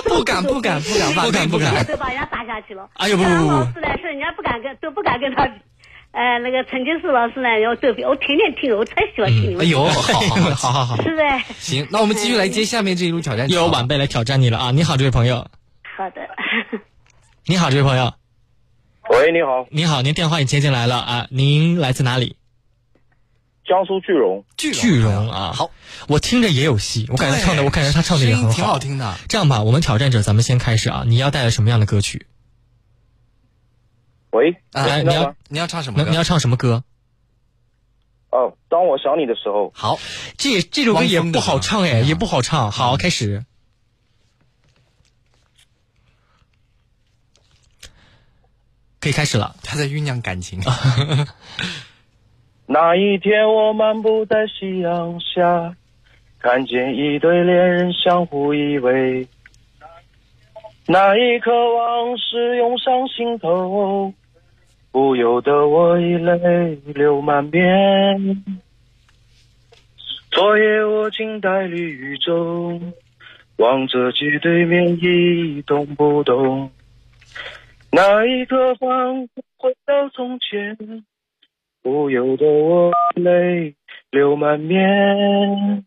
不敢不敢不敢
不敢不敢
都把人家打下去了。
哎呦不不不不
老师呢是人家不敢跟都不敢跟他比，呃那个陈金树老师呢要对比，我哦天天听，我太喜欢听你
哎
们。
呦，好好好好
好好
是呗？
行，那我们继续来接下面这一路挑战。
又有晚辈来挑战你了啊！你好，这位朋友，
好 的，
你好，这位朋友，
喂，你好，
你好，您电话也接进来了啊！您来自哪里？
江苏句容，
巨容啊！好，我听着也有戏，我感觉唱的，我感觉他唱的也
声
很好，
音挺好听的。
这样吧，我们挑战者，咱们先开始啊！你要带来什么样的歌曲？
喂，
来，
听
哎你
到吗
要
啊你要唱什
么？你要唱什么歌？
哦，当我想你的时候，
好，
这这首歌也不好唱
啊
哎，也不好唱。好，开
嗯
始。可以开始了。
他在酝酿感 情。
那一天我漫步在夕阳下，看见一对恋人相互依偎，那一刻往事涌上心头，不由得我已泪流满面。昨夜我静待绿雨中，望着街对面一动不动，那一刻仿佛回到从前。不由得我泪流满面。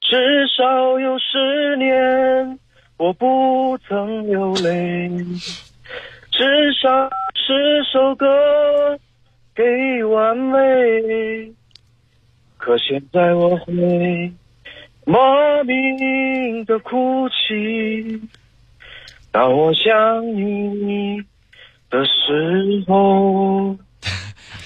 至少有十年，我不曾流泪。至少十首歌给予完美，可现在我会莫名的哭泣。当我想你的时候。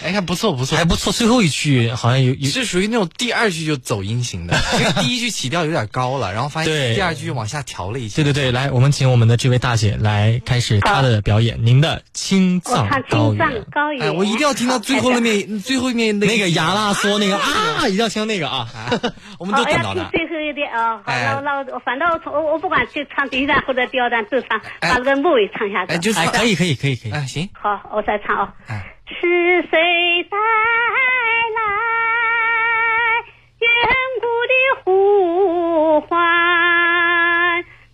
哎，还不错不错，
还不错。最后一句好像有有
是属于那种第二句就走音型 的，因为第一句起调有点高了，然后发
对
现第二句往下调了一下。
对对对，来，我们请我们的这位大姐来开始她的表演。您的青
我
藏
唱
高
青
原
藏。高原。
哎，我一定要听到最后那
面。
面，最后一面
那个牙拉嗦那个啊，一定要听那个啊！
我
哦，要听。最后一点啊，好，
哎
那我那我反正我从我我不管去唱第一段或者第二段都唱，把那个末尾唱下去。
哎，就是可以可以可以可以。
哎，行。
好，我再唱啊、是谁带来远古的呼唤？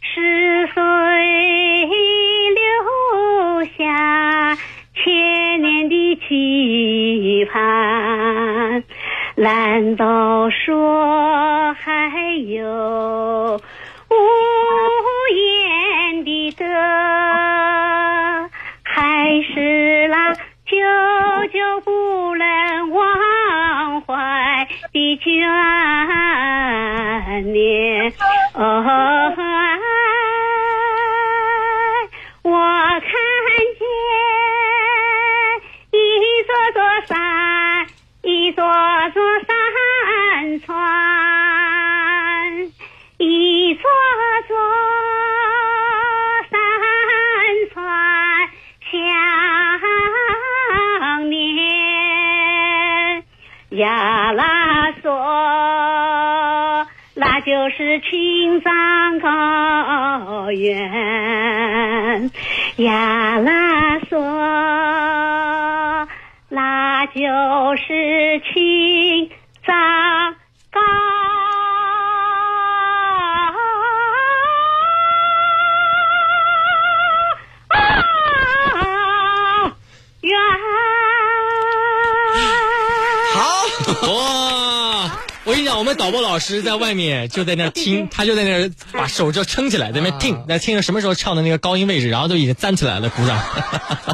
是谁留下千年的期盼？难道说还有无言的歌？还是那久久不能忘怀的眷恋。哦，爱，我看见一座座山，一座座山川，一座座山川。想念，呀啦嗦，那就是青藏高原，呀啦嗦，那就是青藏高原。
好 哇！我跟你讲，我们导播老师在外面就在那 儿听，他就在那儿把手就撑起来，在那
啊
儿听，在听着什么时候唱的那个高音位置，然后都已经站起来了，鼓掌。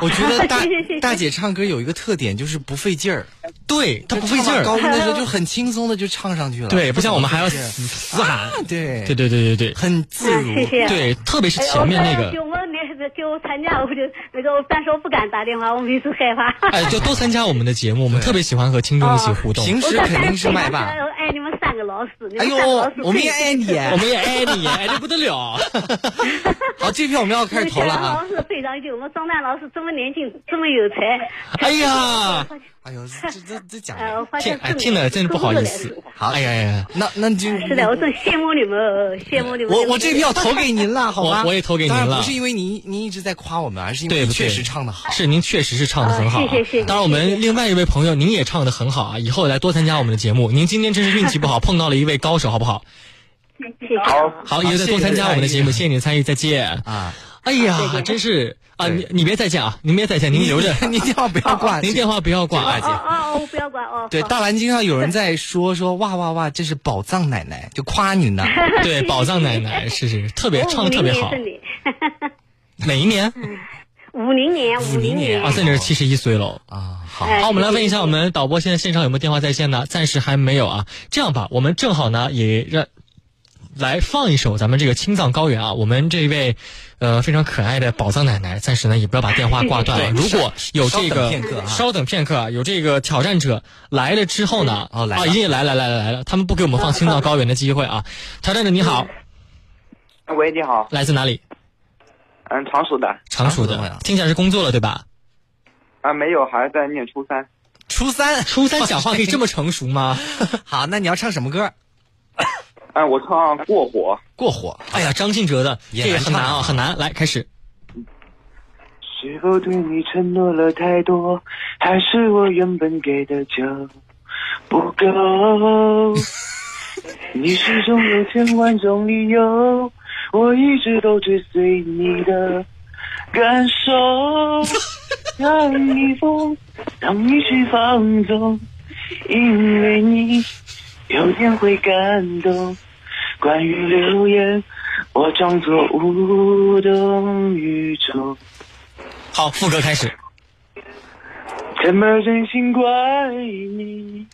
我觉得大大姐唱歌有一个特点，就是不费劲儿。
对，她不费劲儿
高音的时候就很轻松的就唱上去了。
对，不像我们还要
不费劲儿啊
死死喊。
对
对对对对对，
很自如
嗯谢谢。
对，特别是前面那
哎我
个
就问你是是就参加，我就那个，但是我不敢打电话，我每次害怕。
哎，就都参加我们的节目，我们特别喜欢和听众一起互动。
啊我在班里面说。哎爱你们三个老师，你
哎
们
呦
三个老师，
我们也爱你，啊
我们也爱你哎这不 得了。
好，这票我们要开始投了啊！
老师非常优，我张丹老师这么年轻，这么有才。
哎 呀，哎呦，这这这讲
哎我发
听
现
哎，听了真是不好意思。
好，
哎呀呀呀，
那那你就
真哎的，我真羡慕你们，呃羡慕你们。
我我这票投给 您了，好吧？
我我也投给您
当然
了
不是因为您您一直在夸我们，而是因为
对
你
不
确
对？
实唱的好。
是您确实是唱的很好、啊
啊谢谢谢谢
当然，我们另外一位朋友您也唱的很好啊，以后来多参加我们的节目。您今天真是运气 不好，碰到了一位高手，好不好？
谢谢。好
好，以后再多参加我们的节目，谢谢你的参与，再见
啊！
哎呀，真是啊，你你别再见啊，您别再 见，您留着，
您电话不要挂，
您电话不要挂
哦
啊，。
哦哦，我不要管哦。
对，
好
大蓝鲸上有人在说说哇哇哇，这是宝藏奶奶，就夸你呢
对，宝藏奶奶是是特
哦
别唱的特别好，哪一年？
五零年，五零年，哎
啊，在你这七十一岁喽
啊！
好，好，我们来问一下我们导播，现在线上有没有电话在线呢？暂时还没有啊。这样吧，我们正好呢也让来放一首咱们这个青藏高原啊，我们这位呃非常可爱的宝藏奶奶，暂时呢也不要把电话挂断啊。
对
如果有
稍
这
等
个
片刻啊
稍等片刻啊，有这个挑战者来了之后呢，
哦来了
啊，一定来来来来来了，他们不给我们放青藏高原的机会啊。 挑战者你好，
喂，你好，
来自哪里？
嗯，常熟的
常熟
啊
的，听起来是工作了对吧？
啊，没有，还在念初三。
初三，
初三讲话可以这么成熟吗？
好，那你要唱什么歌？
哎
啊，我唱《过火》。
过火。
哎呀，张信哲的
也
这个
难
很难
唱
啊，
啊
很难。来开始，
是否对你承诺了太多，还是我原本给的就不够？你始终有千万种理由，我一直都追随你的感受。让你疯，让你去放纵，因为你有天会感动。关于流言，我装作无动于衷。
好，副歌开始。
怎么忍心怪你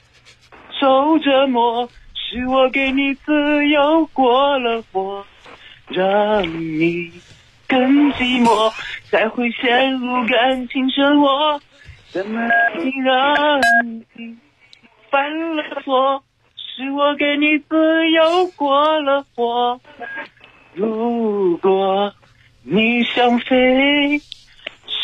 受折磨？是我给你自由过了火，让你更寂寞，才会陷入感情漩涡。怎么忍心让你犯了错？是我给你自由过了火。如果你想飞，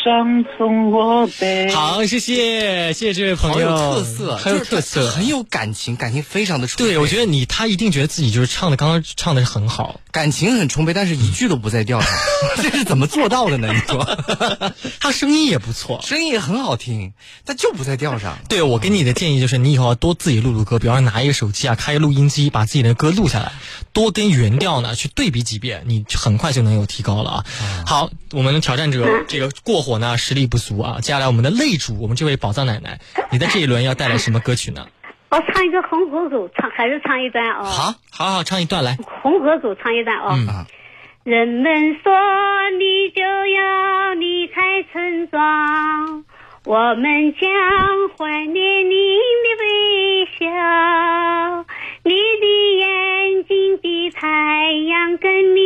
上送我呗。
好，谢谢谢谢这位
好
朋
有
友，
特色，
很有
就是
特色，
很有感情，感情非常的充沛。
对，我觉得你他一定觉得自己就是唱的，刚刚唱的很好。
感情很充沛，但是一句都不在调 上，这是怎么做到的呢？你说，
他声音也不错，
声音也很好听，但就不在调上。
对我给你的建议就是，你以后要多自己录录歌，比方说拿一个手机啊，开录音机，把自己的歌录下来，多跟原调呢去对比几遍，你很快就能有提高了啊。好，我们的挑战者这个过火呢实力不俗啊，接下来我们的擂主，我们这位宝藏奶奶，你在这一轮要带来什么歌曲呢？
我唱一个《红河手》，哦唱还是唱一段哦。
好，好好唱一段来，
红河组唱一段哦。
嗯
人们说你就要离开村庄，我们将怀念你的微笑，你的眼睛比太阳更明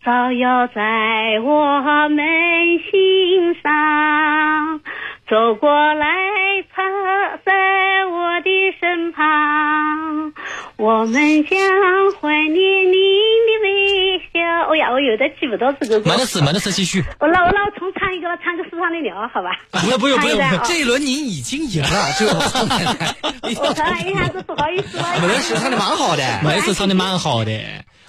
亮，照耀在我们心上。走过来，趴在我的身旁，我们将怀念您的微笑。哎呀，我有的记不到这个歌。
满得死，满得死，继续。
我老我老重唱一个吧，唱个树上的鸟，哦好吧？
不不用不
唱一
用
段啊，
这一轮您已经赢了，这个我送给你
我刚才一下子不好意思了。
我的时唱的蛮好 的。
每一次唱的蛮好的。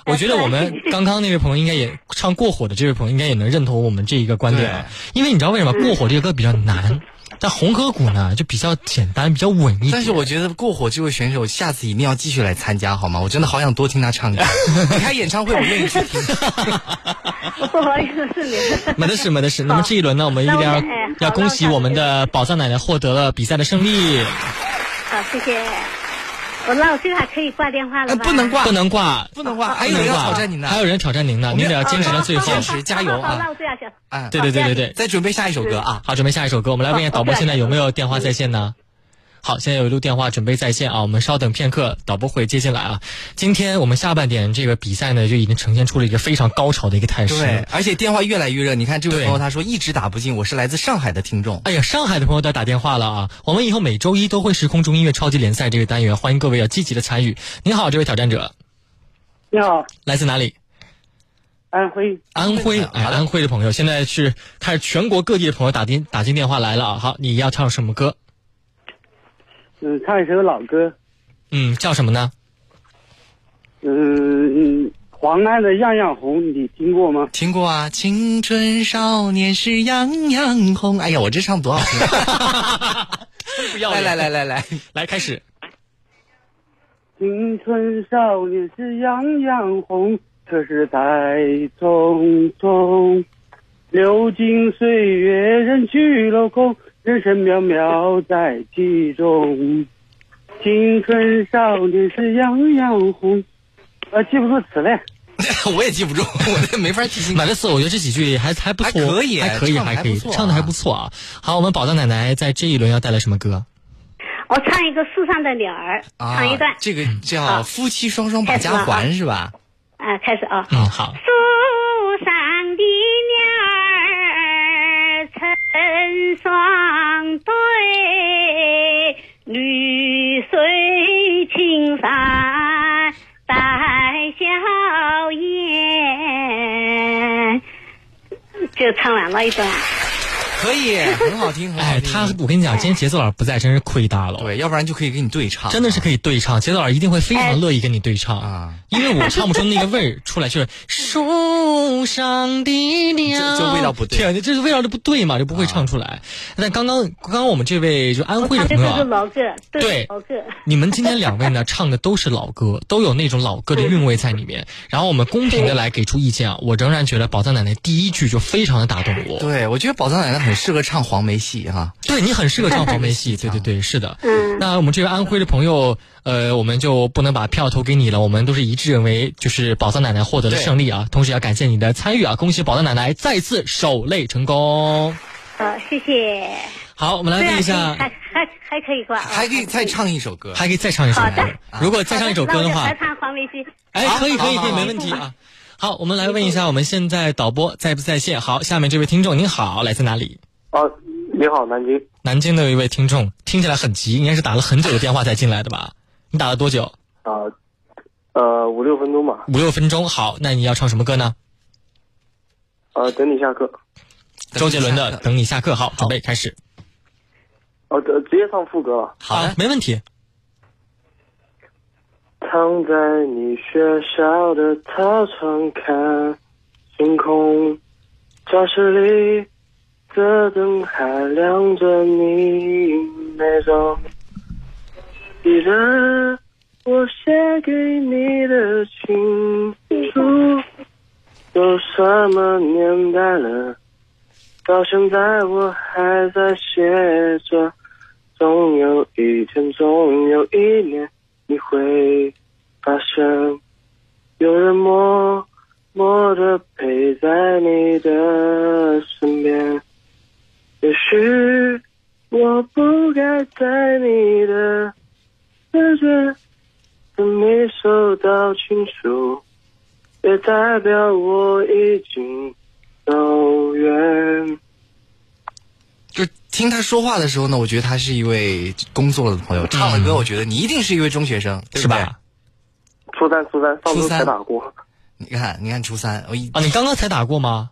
我觉得我们刚刚那位朋友应该也唱《过火》的这位朋友应该也能认同我们这一个观点啊，因为你知道为什么《过火》这个歌比较难，但《红河谷》呢就比较简单，比较稳一点。
但是我觉得过火这位选手下次一定要继续来参加，好吗？我真的好想多听他唱 歌。你开演唱会我愿意去听。
我不好意思，是你。
没得事，没得 事。那么这一轮呢，我们一定
那我
要
们哎好
要恭喜我们的宝藏奶奶获得了比赛的胜利，
好，谢谢。我老师还可以挂电话了吧？哦
哎不能挂，
不能挂，
不能挂，还有
不
人
能
要
挂
挑战您呢。
还有人挑战您呢，您得要坚持到最后，
坚持加油
好，
啊！
那我这样想。
哎，
对对对对对。
再准备下一首歌啊。
好，准备下一首歌，我们来问一下导播现在有没有电话在线呢？好，现在有一路电话准备在线啊，我们稍等片刻，导播会接进来啊。今天我们下半点这个比赛呢，就已经呈现出了一个非常高潮的一个态势。
对，而且电话越来越热。你看这位朋友他说一直打不进，我是来自上海的听众。
哎呀，上海的朋友在打电话了啊！我们以后每周一都会是空中音乐超级联赛这个单元，欢迎各位要积极的参与。您好，这位挑战者，
你好，
来自哪里？
安徽，
安徽，哎，安徽的朋友，现在是开始全国各地的朋友打进打进电话来了啊！好，你要唱什么歌？
嗯，唱一首老歌，
嗯，叫什么呢？
呃嗯，嗯黄安的《样样红》，你听过吗？
听过啊，青春少年是样样红。哎呀，我这唱多好听！啊
不要
来来来来来
来，开始。
青春少年是样样红，可是太匆匆，流金岁月人去楼空，人生渺渺在其中。青春少年是样样红，啊，记不住词嘞。
我也记不住，我这没法记清。
马克思，我觉得这几句还还不错，
还可以
还可以，
唱得
还可以
还不，错啊
唱的还不错啊。好，我们宝藏奶奶在这一轮要带来什么歌？
我唱一个树上的鸟儿，
啊
唱一段。
这个叫夫妻双双把家还是吧？
啊，开始啊。
嗯，好。
树上的鸟儿成双对，绿水青山带笑颜。就唱完了一段。
可以，很好听，很好
哎，
听。
他，我跟你讲，今天节奏老师不在，真是亏大了。
对，要不然就可以跟你对唱。
真的是可以对唱，节奏老师一定会非常乐意跟你对唱啊，因为我唱不出那个味儿出来，就是树上的鸟，
这这味道不对
对啊， 这味道就不对嘛，就不会唱出来。但刚刚刚刚我们这位就安徽的
哦
唱的
朋友
都是
啊，
老歌，都
对
是老歌。
你们今天两位呢唱的都是老歌，都有那种老歌的韵味在里面。然后我们公平的来给出意见啊，我仍然觉得宝藏奶奶第一句就非常的打动我。
对，我觉得宝藏奶奶很适合唱黄梅戏哈。
对你很适合唱黄梅 戏，对对对，是的。嗯，那我们这位安徽的朋友，呃，我们就不能把票投给你呃了，我们都是一致认为就是宝藏奶奶获得了胜利啊。同时要感谢你的参与啊，恭喜宝藏奶奶再次守擂成 功。
好，谢谢。
好，我们来
对啊
看一
还
下，
还还可以吧？啊还
可以再唱一首歌
还可以再唱一首
好
歌
的。
如果再唱一首歌的
那我就
话
来，唱黄梅戏。
哎，可以可以可以，没问题啊。好，我们来问一下我们现在导播在不在线？好，下面这位听众您好，来自哪里？
啊，你好，南京。
南京的有一位听众，听起来很急，应该是打了很久的电话才进来的 吧？你打了多久？
啊，呃，五六分钟吧。
五六分钟，好，那你要唱什么歌 呢？
呃，等你下课。
周杰伦的《等你下课》，好，准备开始。
哦、呃，直接唱副歌了。
好，没问题。
躺在你学校的操场看星空，教室里的灯还亮着你那种。记得我写给你的情书，都什么年代了，到现在我还在写着。总有一天，总有一年。你会发现，有人默默的陪在你的身边。也许我不该在你的世界还嗯没收到清楚，也代表我已经走远。
就是听他说话的时候呢，我觉得他是一位工作的朋
嗯
友，唱了歌，我觉得你一定是一位中学生，对不对？
初三，初三，上
初
周
三
才打过，
你看，你看初三，哦我一
啊，你刚刚才打过吗？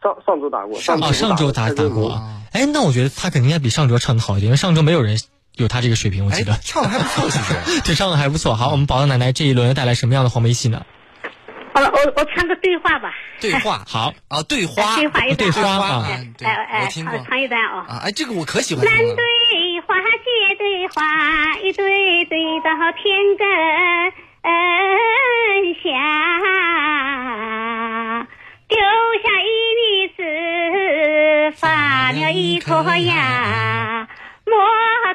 上上周打过，上
啊，上周打打过。啊。哎，那我觉得他肯定应该比上周唱的好一点，因为上周没有人有他这个水平，我记得。
唱的哎还不错，其实。
对，唱的还不错。好，我们宝藏奶奶这一轮带来什么样的黄梅戏呢？
好了，我我唱个对话吧。哎
对话
好
啊，对花，
对话一段
花
啊，
啊
哎哎，唱唱一段啊。
啊，哎，这个我可喜欢
南
听了。
对花，街对花，一对对到天呃根下，丢下一粒子，发了一颗芽。莫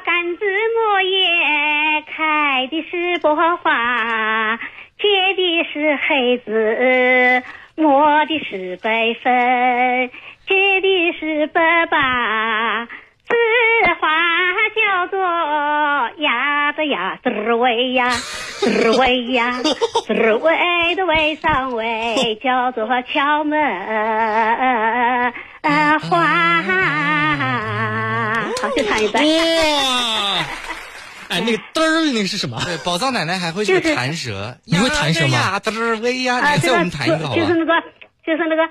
杆子莫叶开的是薄花，结的是黑子，磨的是白粉，结的是白粑。字花叫做呀的呀，滋儿喂呀，滋儿喂呀，滋儿喂的喂上喂，叫做敲门呃花。啊好，就唱一段。
哇！哎，那个嘚儿，那个是什么？
对，宝藏奶奶还会这个弹 舌，
你会弹舌吗
呀嘚儿
哎
喂
嗯
呀，
啊，
你
这
再
个
我们弹一个好
就
吧
是？那个，就是那个，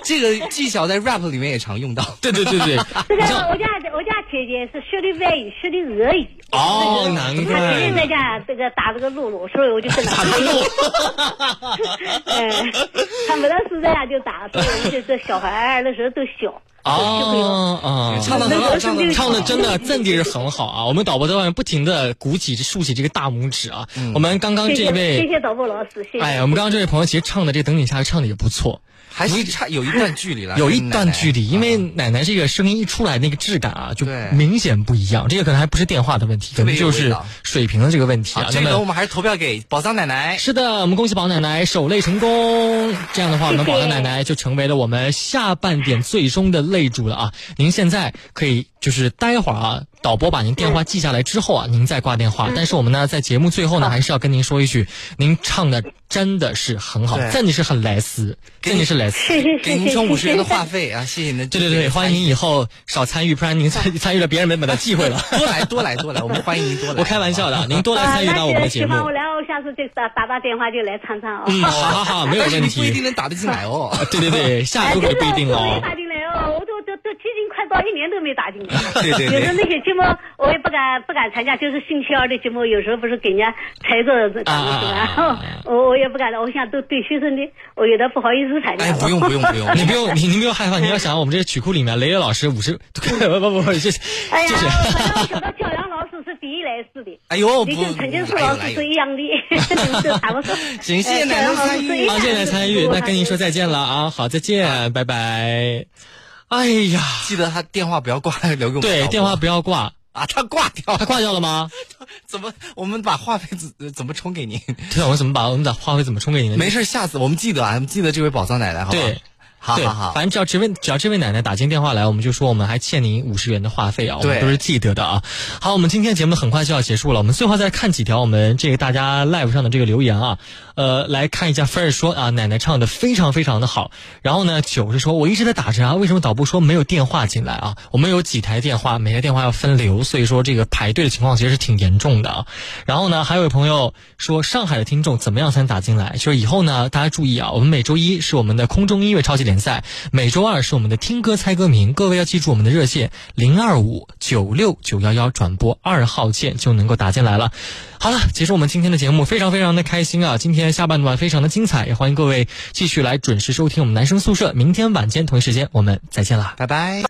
这个技巧在 rap 里面也常用到。
对对对 对，
这个我家我家姐姐是学的外语，学的俄语。
哦难怪
她天天在家这个打这个露露，所以我就跟 她打露。 嗯，她没得事在家就打，所以我们就是小孩儿那时候都小。
啊
哦哦，
唱得很好唱得很好
唱的真的真的是很好啊！我们导播在外面不停的鼓起、竖起这个大拇指啊！
嗯
我们刚刚
谢
这
谢
位，
谢谢导播老师，谢谢。
哎，我们刚刚这位朋友其实唱的这《等你下去》唱的也不错，
还是差有一段距离了，
有
跟
一
奶
段
奶
距离，因为奶奶这个声音一出来，那个质感啊，就
对
明显不一样。这个可能还不是电话的问题，可
特别
能
有
就
味
是
道
水平的这个问题啊
好，。
那
这
么
个我们还是投票给宝藏奶奶。
是的，我们恭喜宝奶奶守擂成功。这样的话，我
谢谢
们宝奶奶就成为了我们下半点最终的擂主了啊！您现在可以就是待会儿啊，导播把您电话记下来之后啊，您再挂电话。
嗯
但是我们呢，在节目最后呢，还是要跟您说一句，您唱的真的是很好，
对
真的是很莱斯，真的是莱斯。
给您充五十元的话费啊，谢谢您的。
对对对，欢迎您以后少参与，不然您参参与了别人没本的忌讳了。
多来多来 多来，我们欢迎您多来。
我开玩笑的，啊您多来参与到我们的节
啊
目
那喜欢。我，然后下次就打打打电话就来唱唱哦。
嗯， 好好好，没有问题。
但是你不一定能打得进来 哦。
对对对，下周可不一定
哎真的我没。
哦。
打进来哦，我都都都接近快到一年都没打进来
对对
有
对
时候那些节目我也不敢不敢参加，就是星期二的节目，有时候不是给人家抬着打
啊
进去，然后我我也不敢了，我想都对学生的，我有点不好意思参加。哎，
不用不 用不
你不用，你您不用害怕，你要想我们这曲库里面，雷雷老师五十， 不不不，这
哎呀，反正我晓得乔阳老师是第一来世的。
哎呦
你
不
跟陈金树
哎呦
老
哎
师
呦
是一样的，你是差不多。
行，谢谢
哎
奶
乔阳老师
奶参
是
与，
一样
好，
的
谢谢奶奶参与，那跟您说再见了啊，好，再见，拜拜。哎呀，
记得他电话不要挂，留给我们。
对，电话不要挂
啊，他挂掉，
他挂掉 了吗？
怎么？我们把话费怎怎么充给您？
对，啊我怎么把我们把话费怎么充给您？
没事，下次我们记得啊，我们记得这位宝藏奶奶，好不好？
对。
好
对
好好
反正只要这位只要这位奶奶打进电话来，我们就说我们还欠您五十元的话费啊，我们
对
都是记得的啊。好，我们今天节目很快就要结束了，我们最后再看几条我们这个大家 live 上的这个留言啊，呃，来看一下菲儿说啊，奶奶唱的非常非常的好。然后呢，九是说我一直在打着啊，为什么导播说没有电话进来啊？我们有几台电话，每台电话要分流，所以说这个排队的情况其实是挺严重的啊。然后呢，还有朋友说上海的听众怎么样才能打进来？就是以后呢，大家注意啊，我们每周一是我们的空中音乐超级联赛，每周二是我们的听歌猜歌名，各位要记住我们的热线零二五九六九幺幺转播二号键就能够打进来了。好了，结束我们今天的节目，非常非常的开心啊！今天下半段非常的精彩，也欢迎各位继续来准时收听我们男生宿舍，明天晚间同一时间我们再见啦，
拜拜。